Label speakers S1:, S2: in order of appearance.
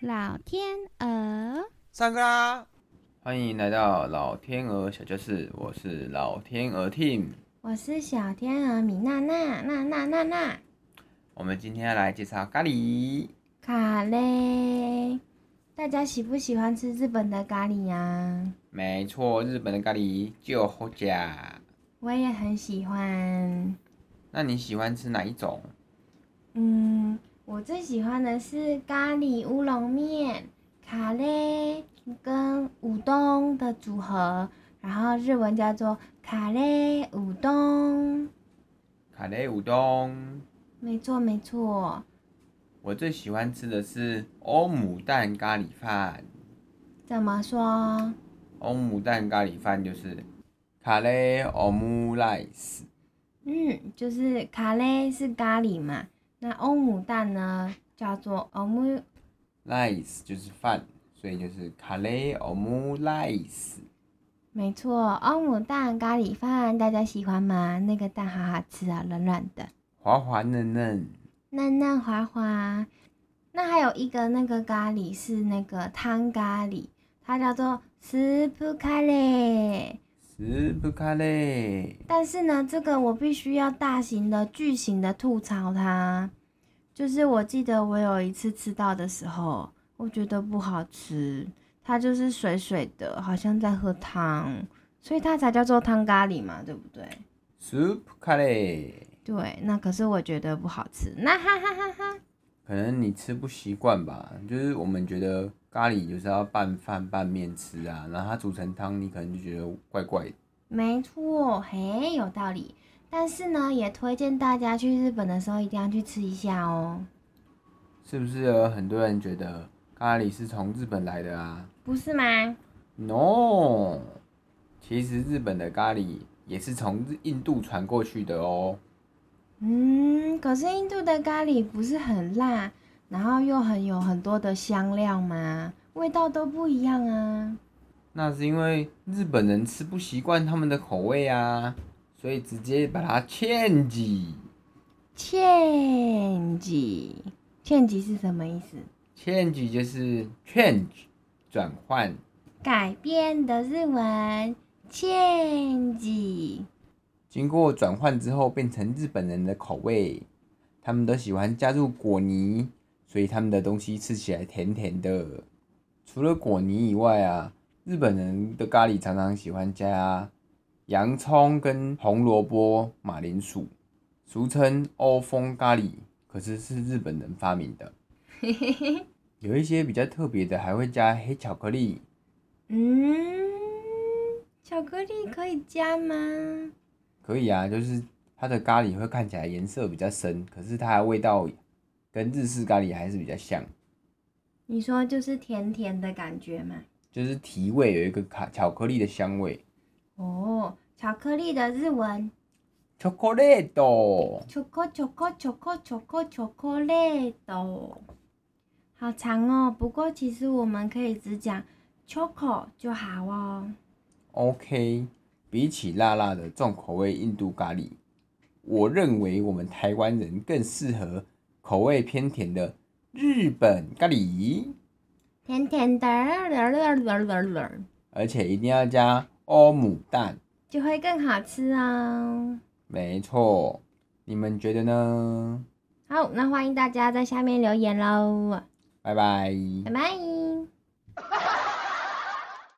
S1: 老天鹅，
S2: 上课啦！
S3: 欢迎来到老天鹅小教室，我是老天鹅 Team。
S4: 我是小天鹅米娜娜娜娜娜娜
S3: 我们今天要来介绍咖喱。
S4: 咖喱。大家喜不喜欢吃日本的咖喱呀、
S3: 没错，日本的咖喱就好假。
S4: 我也很喜欢。
S3: 那你喜欢吃哪一种？
S4: 嗯，我最喜欢的是咖喱乌龙面、咖喱跟乌冬的组合，然后日文叫做咖喱乌冬。
S3: 咖喱乌冬。
S4: 没错没错，
S3: 我最喜欢吃的是欧姆蛋咖喱饭。
S4: 怎么说？
S3: 欧姆蛋咖喱饭就是咖喱欧姆 rice。
S4: 嗯，就是咖喱是咖喱嘛，那欧姆蛋呢叫做欧姆
S3: rice 就是饭，所以就是咖喱欧姆 rice。
S4: 没错，欧姆蛋咖喱饭大家喜欢吗？那个蛋好好吃啊，软软的，
S3: 滑滑嫩嫩。
S4: 嫩嫩滑滑。那还有一个那个咖喱是那个汤咖喱，它叫做 soup 咖喱。
S3: 食不咖喱。
S4: 但是呢，这个我必须要大型的、巨型的吐槽它。就是我记得我有一次吃到的时候，我觉得不好吃，它就是水水的，好像在喝汤，所以它才叫做汤咖喱嘛，对不对？
S3: soup 咖喱，
S4: 对，那可是我觉得不好吃，那哈哈哈哈。
S3: 可能你吃不习惯吧，就是我们觉得咖喱就是要拌饭拌面吃啊，然后它煮成汤，你可能就觉得怪怪的。
S4: 没错，嘿，有道理。但是呢，也推荐大家去日本的时候一定要去吃一下哦。
S3: 是不是有很多人觉得咖喱是从日本来的啊
S4: 不是吗？
S3: ？No，其实日本的咖喱也是从日印度传过去的哦。
S4: 嗯，可是印度的咖喱不是很辣，然后又很有很多的香料吗？味道都不一样啊。
S3: 那是因为日本人吃不习惯他们的口味啊，所以直接把它 change。
S4: 芡吉，芡吉是什么意思？
S3: change 就是 change 转换，
S4: 改变的日文芡吉。
S3: 经过转换之后变成日本人的口味，他们都喜欢加入果泥，所以他们的东西吃起来甜甜的。除了果泥以外啊，日本人的咖喱常常喜欢加洋葱跟红萝卜、马铃薯，俗称欧风咖喱，可是是日本人发明的。有一些比较特别的，还会加黑巧克力，
S4: 嗯，巧克力可以加吗？
S3: 可以啊，就是它的咖喱会看起来颜色比较深，可是它的味道跟日式咖喱还是比较像，
S4: 你说就是甜甜的感觉嘛？
S3: 就是提味有一个卡巧克力的香味。
S4: 哦，巧克力的日文
S3: chocolate，
S4: choco choco choco choco chocolate，好长哦。不过其实我们可以只讲 choco 就好哦。
S3: OK，比起辣辣的重口味印度咖喱，我认为我们台湾人更适合口味偏甜的日本咖喱，
S4: 甜甜的，
S3: 而且一定要加欧姆蛋。
S4: 就会更好吃哦。
S3: 没错，你们觉得呢？
S4: 好，那欢迎大家在下面留言喽，
S3: 拜拜。
S4: 拜拜。